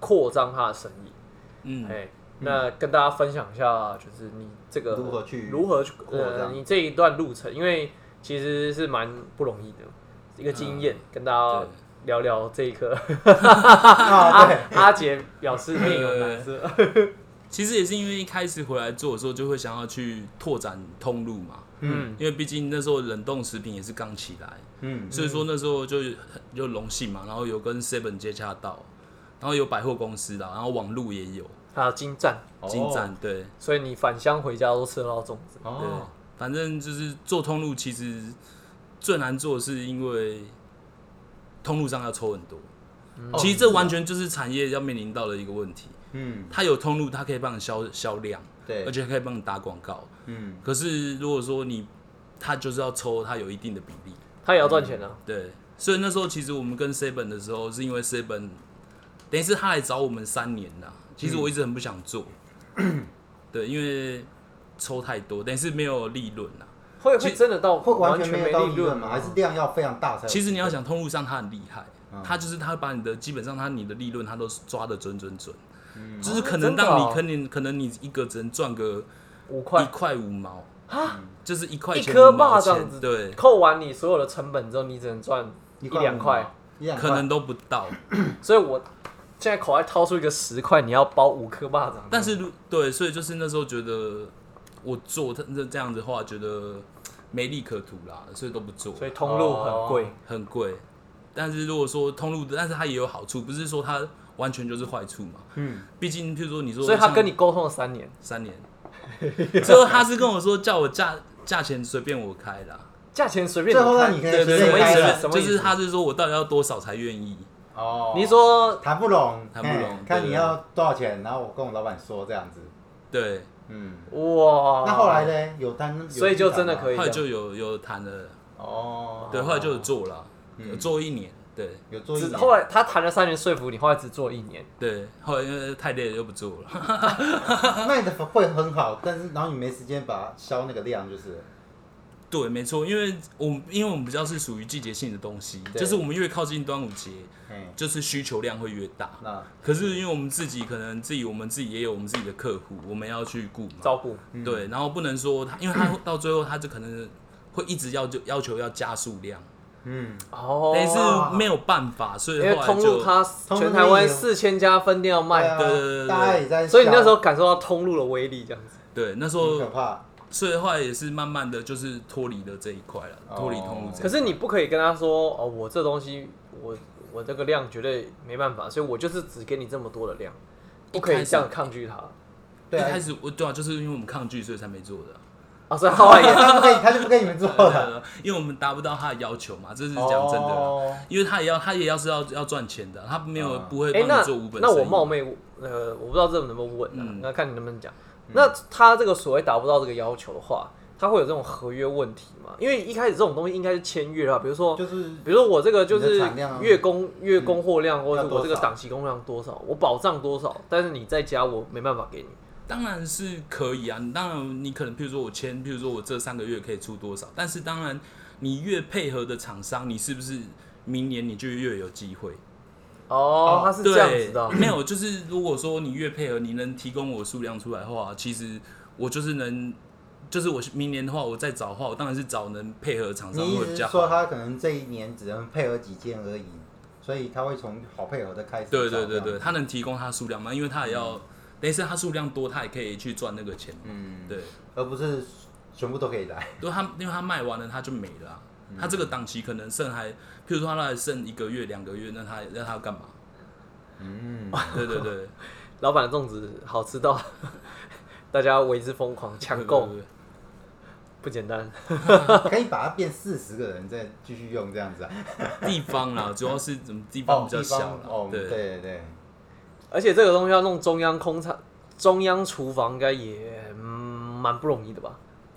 扩张他的生意，哎、
嗯，
那跟大家分享一下，就是你这个
如何去
如何去
扩
呃，
张
你这一段路程，因为其实是蛮不容易的一个经验，跟大家
嗯对
聊聊这一刻。
*laughs* 啊
*laughs*
对，呃
阿杰表示面有难色，
呃其实也是因为一开始回来做的时候，就会想要去拓展通路嘛，
嗯，
因为毕竟那时候冷冻食品也是刚起来，
嗯
所以说那时候就很就荣幸嘛，然后有跟 Seven 接洽到，然后有百货公司啦，然后网路也有
还有精湛，
进展，对
所以你返乡回家都吃得到粽子。
对
哦，，
反正就是做通路其实最难做，是因为通路上要抽很多。
哦
其实这完，全就是产业要面临到的一个问题。
嗯，
它有通路，它可以帮你销销量，
对，
而且可以帮你打广告。
嗯，
可是如果说你，它就是要抽，它有一定的比例，
他也要赚钱啊，
对。所以那时候其实我们跟 Seven 的时候，是因为 Seven 等于是他来找我们三年啦。其实我一直很不
嗯
想做，对，因为抽太多，等于是没有利润啦。
会
其
会真的到
会完
全
全没有到
利
利润
吗？
吗？还是量要非常大才有？
其实你要想，通路上它很厉害
嗯，
它就是它把你的基本上它你的利润它都抓的准准准，就是
哦
可
真
能
的
让
哦
你可能可能你一个只能赚个
五
一
块
块五毛，
啊？
就是一块
一
钱
颗
五毛
巴掌
钱
子，
对，
扣完你所有的成本之后，你只能赚一
块
两
五毛
块，，
一两
可
块
能都不到。
嗯所以我现在口袋掏出一个十块，你要包五颗巴掌，
但是如对，所以就是那时候觉得我做这这样子的话，觉得没利可图啦，所以都不做，
所以通路很贵
哦。
很贵。但是如果说通路，但是它也有好处，不是说它完全就是坏处嘛。
嗯，
毕竟，譬如说你说，
所以他跟你沟通了三年，
三年， *laughs* 最后他是跟我说叫我价价钱随便我开啦，
价钱随便
最
你
后让
看
你。可以
对对
随
对，
什么
便
意
开
思
了
什么
就
意思
是他是说我到底要多少才愿意？
哦，
你说
谈不拢，
谈不拢
嘿看
对
你要多少钱，然后我跟我老板说这样子，
对，
嗯，
哇，
那后来呢？有单，有
所以就真的
进场吗
可以
后来哦就有有谈了，
哦，
对，后来就有做了，
嗯
有做一年，对
有做一
只
年
后来他谈了三年说服你，后来只做一年，
对，后来因为太累了就不做了， *laughs*
卖的会很好，但是然后你没时间把它销那个量，就是
对，没错，因为我们因为我们比较是属于季节性的东西，
对
就是我们越靠近端午节，
嘿，
就是需求量会越大。
那
可是因为我们自己可能自己我们自己也有我们自己的客户，我们要去顾嘛，
照顾
对，然后不能说他，因为他到最后他就可能会一直要就要求要加数量，
嗯，
哦
但是没有办法，所以
因为
后来
通路
就
它
通路
全台湾
也有
四千家分店要卖，
啊
对对对对
大家也在，
所以你那时候感受到通路的威力，这样子。
对那时
很
嗯
可
候，
怕，
所以后来也是慢慢的就是脱离了这一块了，
哦
脱离通路这一块。
可是你不可以跟他说哦，我这东西我我这个量绝对没办法，所以我就是只给你这么多的量，不可
一
以
开始
这样抗拒它。
对
一
啊
开，始我对啊，就是因为我们抗拒，所以才没做
*laughs*
的啊。
啊，所以后来
*laughs*
也
他不可以， *laughs* 他就不跟你们做
对
了，
对对因为我们达不到他的要求嘛，这是讲真的啦。
哦
因为他也要，他也要是要要赚钱的，他没有
嗯
不会
哎、
帮
那
你做五本
那我
生意
冒昧呃，我不知道这能不能问啊，
嗯
那看你能不能讲。那他这个所谓达不到这个要求的话，他会有这种合约问题吗？因为一开始这种东西应该是签约啊，比如说，
就是
比如说我这个就
你
是
的产量啊
月供月供货量，或者
要
是
多
我这个
少
档期供量多少，我保障多少，但是你在家我没办法给你。
当然是可以啊，当然你可能，譬如说我签，譬如说我这三个月可以出多少，但是当然你越配合的厂商，你是不是明年你就越有机会？
哦，他是这样子
对
的啊，，
没有，就是如果说你越配合，你能提供我数量出来的话，其实我就是能，就是我明年的话，我再找的话，我当然是找能配合的厂商
你
会
一
比
直
较
说
好。
他可能这一年只能配合几件而已，所以他会从好配合的开始找这
对
样，
对对对，他能提供他数量嘛？因为他也要，等于是他数量多，他也可以去赚那个钱嘛。
嗯，
对，
而不是全部都可以来，
*laughs* 对他，因为他卖完了，他就没了啊、他这个档期可能剩还，譬如说他还剩一个月、两个月，那他那他要干嘛？
嗯，
对对对，
老板的粽子好吃到 *laughs* 大家为之疯狂抢购，
对对对
不简单。
可以把它变四十个人再继续用这样子啊，
对地方啦，主要是怎么地方比较
地方
小啦。
哦，对
对，
对对，
而且这个东西要弄中央空场、中央厨房，应该也嗯蛮、不容易的吧？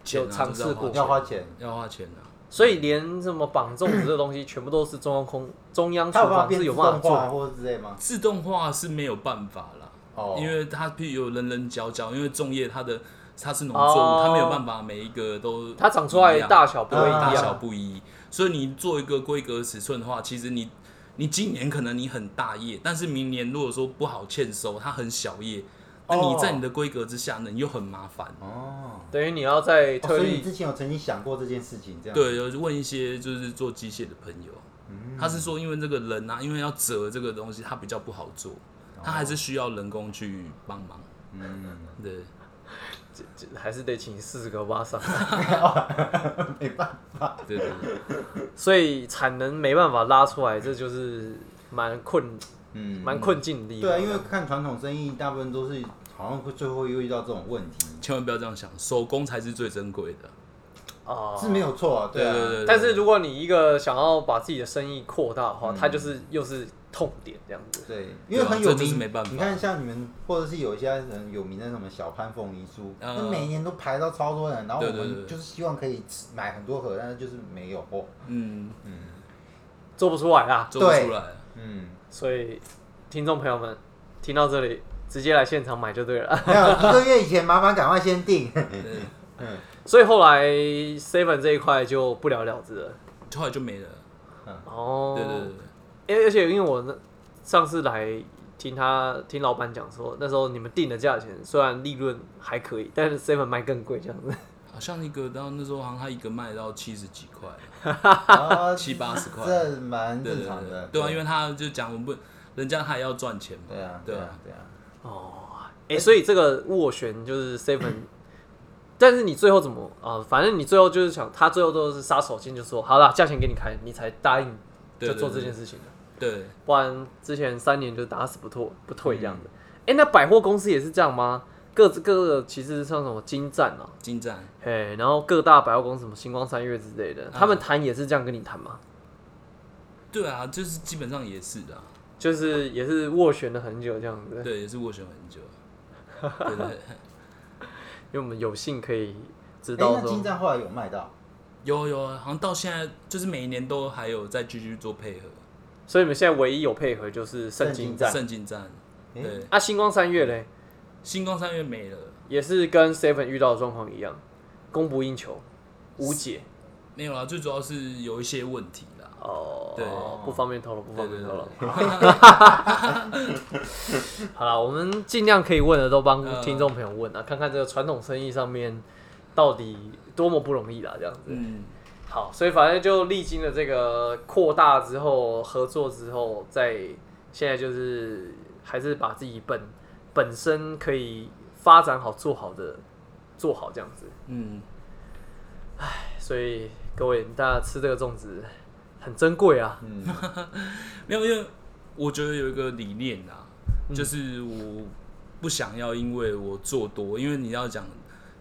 钱啊
有尝试过
这
要花钱。
要花钱啊。
所以连什么绑粽子这东西，全部都是中央空、中央厨
它有办法
房
变
是有
自
办法
动化
做。
或者之类吗？
自动化是没有办法啦，
哦，
因为它譬如有人人角角，因为粽叶它的它是农作物，
哦
它没有办法每一个都
它长出来
一样
大小不
会一样
大小不一，所以你做一个规格尺寸的话，其实你你今年可能你很大叶，但是明年如果说不好欠收，它很小叶，那你
哦
在你的规格之下呢，你又很麻烦。
哦，
等于你要在
哦
特
所以你
例
之前有曾经想过这件事情，这样
对，我就问一些就是做机械的朋友，他是说因为这个人啊，因为要折这个东西，它比较不好做，它还是需要人工去帮忙。
嗯，
*laughs* 对，
这还是得请四十个巴掌， *laughs*
没办法，
对对对，
所以产能没办法拉出来，这就是蛮困、
嗯，
蛮困境的地方。
对啊，因为看传统生意，大部分都是好像会最后又遇到这种问题，
千万不要这样想，手工才是最珍贵的。
啊
是没有错啊，
对
啊，
对对，
但是如果你一个想要把自己的生意扩大的
嗯
话，它就是又是痛点这样子。
对，因为很
对
有
啊这就是
名，
没办法
你看像你们或者是有一些人有名的什么小潘凤梨酥，
嗯
那每年都排到超多人，然后我
对对对
们
对
就是希望可以吃买很多盒，但是就是没有货，
嗯，
做不出来啦。
做不
对
出来。
嗯，
所以听众朋友们
*laughs*
听到这里，直接来现场买就对了。 *laughs*
没有一个月以前麻烦赶快先订，
对
嗯，
所以后来 seven 这一块就不了了之了。
后来就没了。
哦，
对对对对，
因为而且因为我那上次来听他听老板讲说，那时候你们定的价钱虽然利润还可以，但是 seven 卖更贵这样子。
好像一个到那时候好像他一个卖到七十几块，
啊
七八十块
这蛮
对
正
对
常的
对，。对啊，因为他就讲我们不，人家还要赚钱嘛。
对啊，对
对
啊
啊，
对啊。
哎、所以这个斡旋就是 seven，但是你最后怎么啊、反正你最后就是想，他最后都是杀手锏，就说好啦，价钱给你开，你才答应
对
就
对
做这
对
件事情的。
对，
不然之前三年就打死不退不退这样
嗯
子。哎、那百货公司也是这样吗？各自各个其实像什么金站啊，
进站
嘿，然后各大百货公司什么星光三月之类
嗯
的，他们谈也是这样跟你谈吗？
对啊，就是基本上也是的啊，
就是也是斡旋了很久这样子，
对，也是斡旋很久。啊对对，对
因为我们有幸可以知
哎，
道
那
说
金，站后来有卖到，
有有，好像到现在就是每一年都还有在继续做配合。
所以你们现在唯一有配合就是圣经
圣经站
圣经站，
诶
对，
啊，星光三月嘞，
星光三月没了，
也是跟 Seven 遇到的状况一样，供不应求，无解
没有啦，最主要是有一些问题啦。
哦，
对
不方便透露，不
对
方
对
便
对
透露。
对， *laughs*
好了，我们尽量可以问的都帮
呃
听众朋友问啊，看看这个传统生意上面到底多么不容易啦，这样子。
嗯，
好，所以反正就历经了这个扩大之后、合作之后，在现在就是还是把自己本本身可以发展好、做好的做好这样子。
嗯，
所以各位，大家吃这个粽子很珍贵啊。
嗯，
没有，因为我觉得有一个理念啊，
嗯
就是我不想要因为我做多，因为你要讲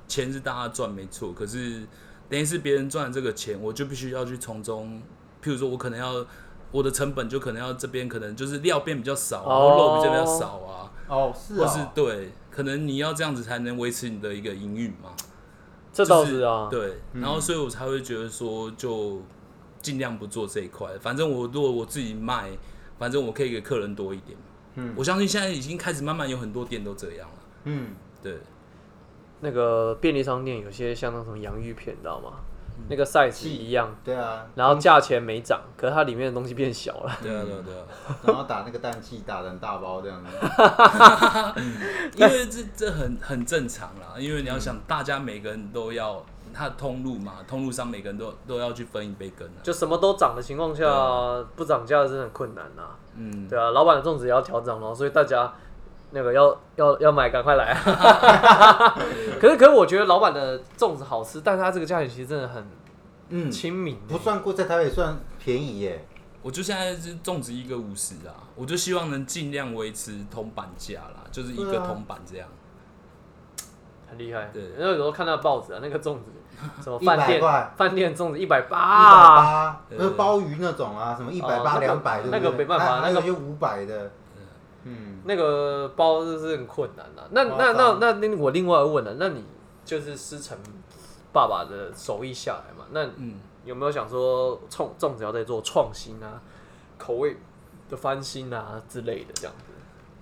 钱是大家赚没错，可是等于是别人赚这个钱，我就必须要去从中，譬如说我可能要我的成本就可能要这边可能就是料变比较少、啊，
哦
或肉比较比较少啊，
哦，是
或是
啊，
对，可能你要这样子才能维持你的一个营运嘛。
这
就
倒
是
是啊，
对，然后所以我才会觉得说，就尽量不做这一块。反正我如果我自己卖，反正我可以给客人多一点。嗯，我相信现在已经开始慢慢有很多店都这样了。
嗯，
对，
那个便利商店有些像那种洋芋片，你知道吗？那个 size 一样，
对啊，
然后价钱没涨，可是它里面的东西变小了。
对啊，对啊，对啊。
*laughs* 然后打那个氮气打成大包这样子，
因为这这很很正常啦，因为
嗯
你要想，大家每个人都要他的通路嘛，通路上每个人都都要去分一杯羹啊。
就什么都涨的情况下，不涨价是很困难呐、
嗯，
对啊，老板的粽子也要调涨了，所以大家那个要要要买，赶快来、啊。可是可是我觉得老板的粽子好吃，但是它这个价钱其实真的很
嗯，
亲民、
不算贵，在台北算便宜耶，
我就现在是种植一个五十啊，我就希望能尽量维持铜板价啦，就是一
对
个
啊
铜板这样。
很厉害。
对
那有时候看到报纸啊，那个粽子什么
100
饭店
块
饭店粽子一百八，
八，不是鲍鱼那种啊，什么一百八、
哦那个
两百，对不对？
那个没办法
还还有
那个
些五百的，嗯，
那个包就是很困难啊。那
夸
那那
张
那那我另外问了、那你就是师承爸爸的手艺下来嘛？那
嗯。
有没有想说创粽子要再做创新啊，口味的翻新啊之类的这样子？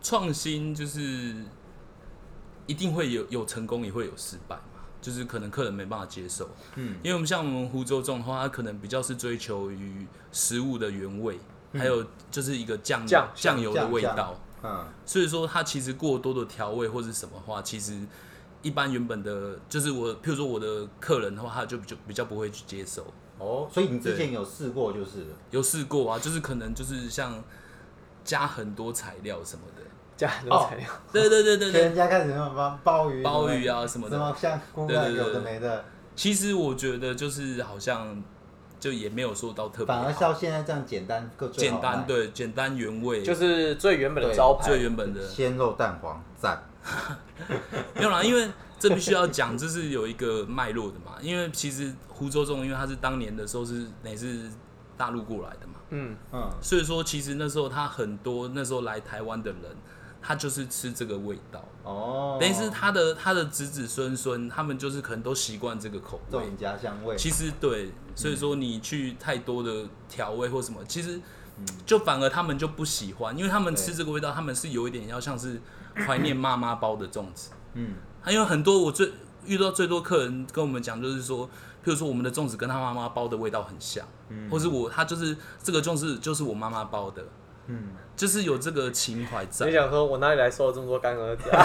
创新就是一定会有有成功，也会有失败嘛，就是可能客人没办法接受。
嗯，
因为我们像我们湖州粽的话，它可能比较是追求于食物的原味，还有就是一个酱
酱
酱油的味道。
嗯，
所以说，它其实过多的调味或是什么话，其实一般原本的，就是我，譬如说我的客人的话，他就比较比较不会去接受。
哦，所以你之前有试过就是了，
有试过啊，就是可能就是像加很多材料什么的。
加很多材料，
对对对
跟
对对，
人家开始什么鲍鱼、
鲍鱼啊什么的
什么香菇
对
啊，
对对
有的没的，
其实我觉得就是好像就也没有说到特别
反而
好，
像现在这样简单更最好
简单
卖，
对简单原味，
就是最原本的招牌
最。原
*laughs*
本的
鲜肉蛋黄赞，
没有啦，因为这必须要讲，这是有一个脉络的嘛。因为其实湖州粽，因为它是当年的时候是也是大陆过来的嘛，
嗯，
嗯，
所以说其实那时候他很多那时候来台湾的人，他就是吃这个味道，
哦，
等于是他的他的子子孙孙，他们就是可能都习惯这个口
这
味。
种家乡味，
其实对，所以说你去太多的调味或什么，其实就反而他们就不喜欢，因为他们吃
对
这个味道，他们是有一点要像是怀念妈妈包的粽子。
嗯，
还有很多我最遇到最多客人跟我们讲，就是说，譬如说我们的粽子跟他妈妈包的味道很像，或是我他就是这个粽子就是我妈妈包的，
嗯，
就是有这个情怀在
你。想说，我哪里来收了这么多干儿子啊？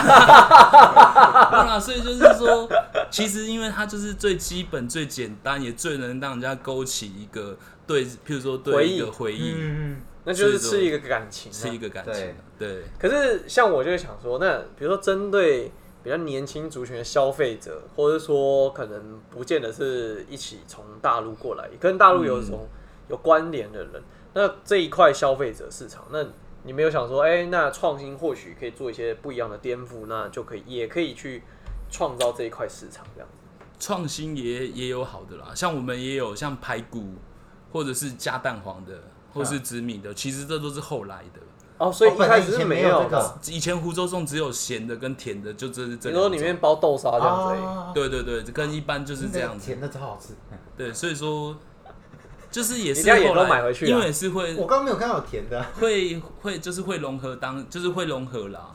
*laughs* 当然，啊所以就是说，其实因为它就是最基本、最简单，也最能让人家勾起一个对，譬如说对一个回忆，
嗯
那就是吃一个感情、啊，
是一个感情啊。对，
可是像我就会想说，那比如说针对比较年轻族群的消费者，或者说可能不见得是一起从大陆过来，跟大陆有从、有关联的人，那这一块消费者市场，那你没有想说，哎、那创新或许可以做一些不一样的颠覆，那就可以也可以去创造这一块市场这样。
创新也也有好的啦，像我们也有像排骨，或者是加蛋黄的，或
嗯
是紫米的，其实这都是后来的。
哦，所以一
本来
开
以
始是
前
没
没有
有
这
的，
个
以前湖州粽只有咸的跟甜的，就这是这
你
两
说
种。
里面包豆沙这样子而已。
啊，
对对对，跟一般就是这样子。嗯
甜的超好吃。
对，所以说就是也
你
是
这样也
后
都
来
买回去啊
因为是会
我刚刚没有看到有甜的，
会会就是会融合当就是会融合啦，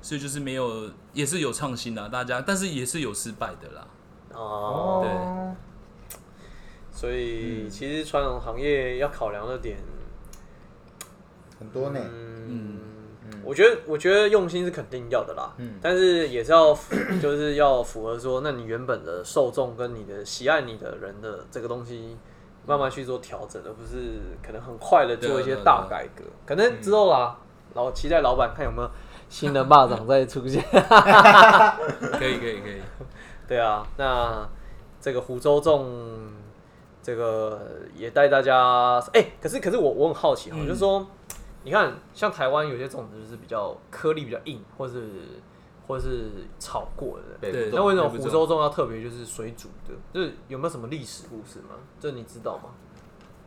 所以就是没有也是有创新啊啦，大家但是也是有失败的啦。
哦，
对
所以其实传统行业要考量的点，
很多呢。
嗯，我觉得我觉得用心是肯定要的啦，
嗯
但是也是要符 *clears throat* 就是要符合说，那你原本的受众跟你的喜爱你的人的这个东西。慢慢去做调整，而不是可能很快的做一些
对啊对啊嗯
大改革。可能之后啦，老期待老板看有没有新的霸掌再出现。
可以可以可以，
对啊，那这个湖州粽，这个也带大家哎、可是可是我我很好奇哈、哦
嗯
就是说，你看像台湾有些粽子就是比较颗粒比较硬，或是或是炒过的。
对
对
那为什么
对不
湖
错
州粽要特别就是水煮的？就是有没有什么历史故事吗？这你知道吗？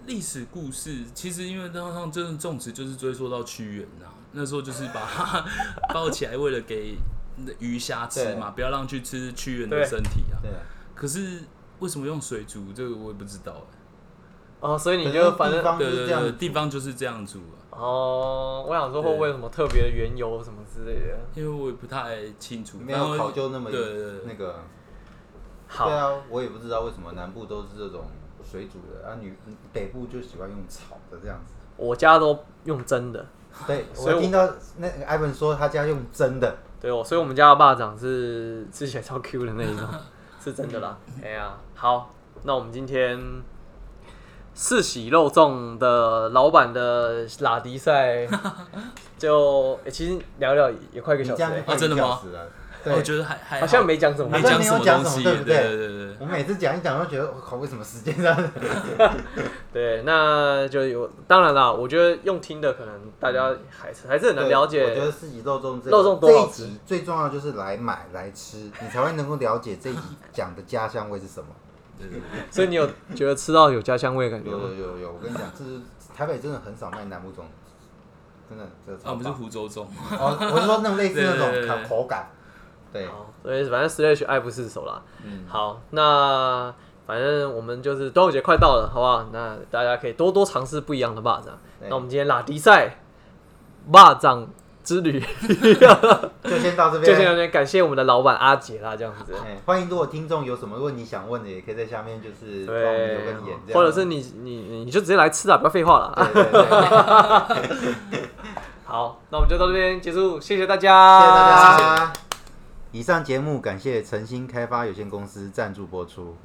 历史故事其实因为当上真的种植就是追溯到屈原呐、那时候就是把它 *laughs* 包起来，为了给鱼虾吃嘛，不要让去吃屈原的
对
身体啊。
对，
可是为什么用水煮这个我也不知道哎、
哦，所以你
可
就是反
地
正
方就
对
是
对
这样
对，
子，
地方就是这样煮啊，
哦，我想说会不会有什么特别的缘由什么之类的？
因为我也不太清楚，
没
然后
有考究那么
对对对
那个。
好
对，啊，我也不知道为什么南部都是这种水煮的，啊女北部就喜欢用炒的这样子。
我家都用蒸的，
对，
所以
我
我
听到那个艾文说他家用蒸的，
对哦，所以我们家的霸掌是吃起来超 Q 的那
*laughs*
一种，是真的啦。哎呀，好，那我们今天四喜肉粽的老板的拉迪
*laughs*
赛就、诶其实聊聊也快一个
你
小
这
时、
样就
欸，
快
啊真的
一
吗
小时了。对，
哦
我觉得还还
好像没讲什么
没
好像
讲
没
什
有
么
讲
东
什么
西，
对不
对
对
对对。
我每次讲一讲都觉得我靠，为什么时间
*laughs*
这样？
对，那就有当然啦，我觉得用听的可能大家还是还是很难
对
了
我
解
觉得。四级肉粽这
肉粽多
这
好
一
吃
集最重要的就是来买来吃，你才会能够了解这一集讲的家乡味是
*laughs*
什么。
所以你有觉得吃到有家乡味的感觉
有有
吗？
有有，我跟你讲，这是台北真的很少卖南部粽，真的这
啊，我们是
是
湖州粽，
哦，我是说那种类似那
对对对
种
对
口口感，对，
好，所以反正 Slash 爱不释手啦。
嗯，
好，那反正我们就是端午节快到了，好不好？那大家可以多多尝试不一样的蚂蚱。
对
那我们今天拉迪赛蚂蚱之
*laughs*
旅
就先到这
就先
边。
有点感谢我们的老板阿杰啦，这样子。
哎，欢迎，如果听众有什么问题想问的，也可以在下面就是帮我们留
对
个言，，这样
或者是你你你就直接来吃啦，不要废话了 *laughs* 啊。
对对对，谢谢
好，那我们就到这边结束，谢谢大家，
*laughs* 大家。以上节目感谢诚心开发有限公司赞助播出。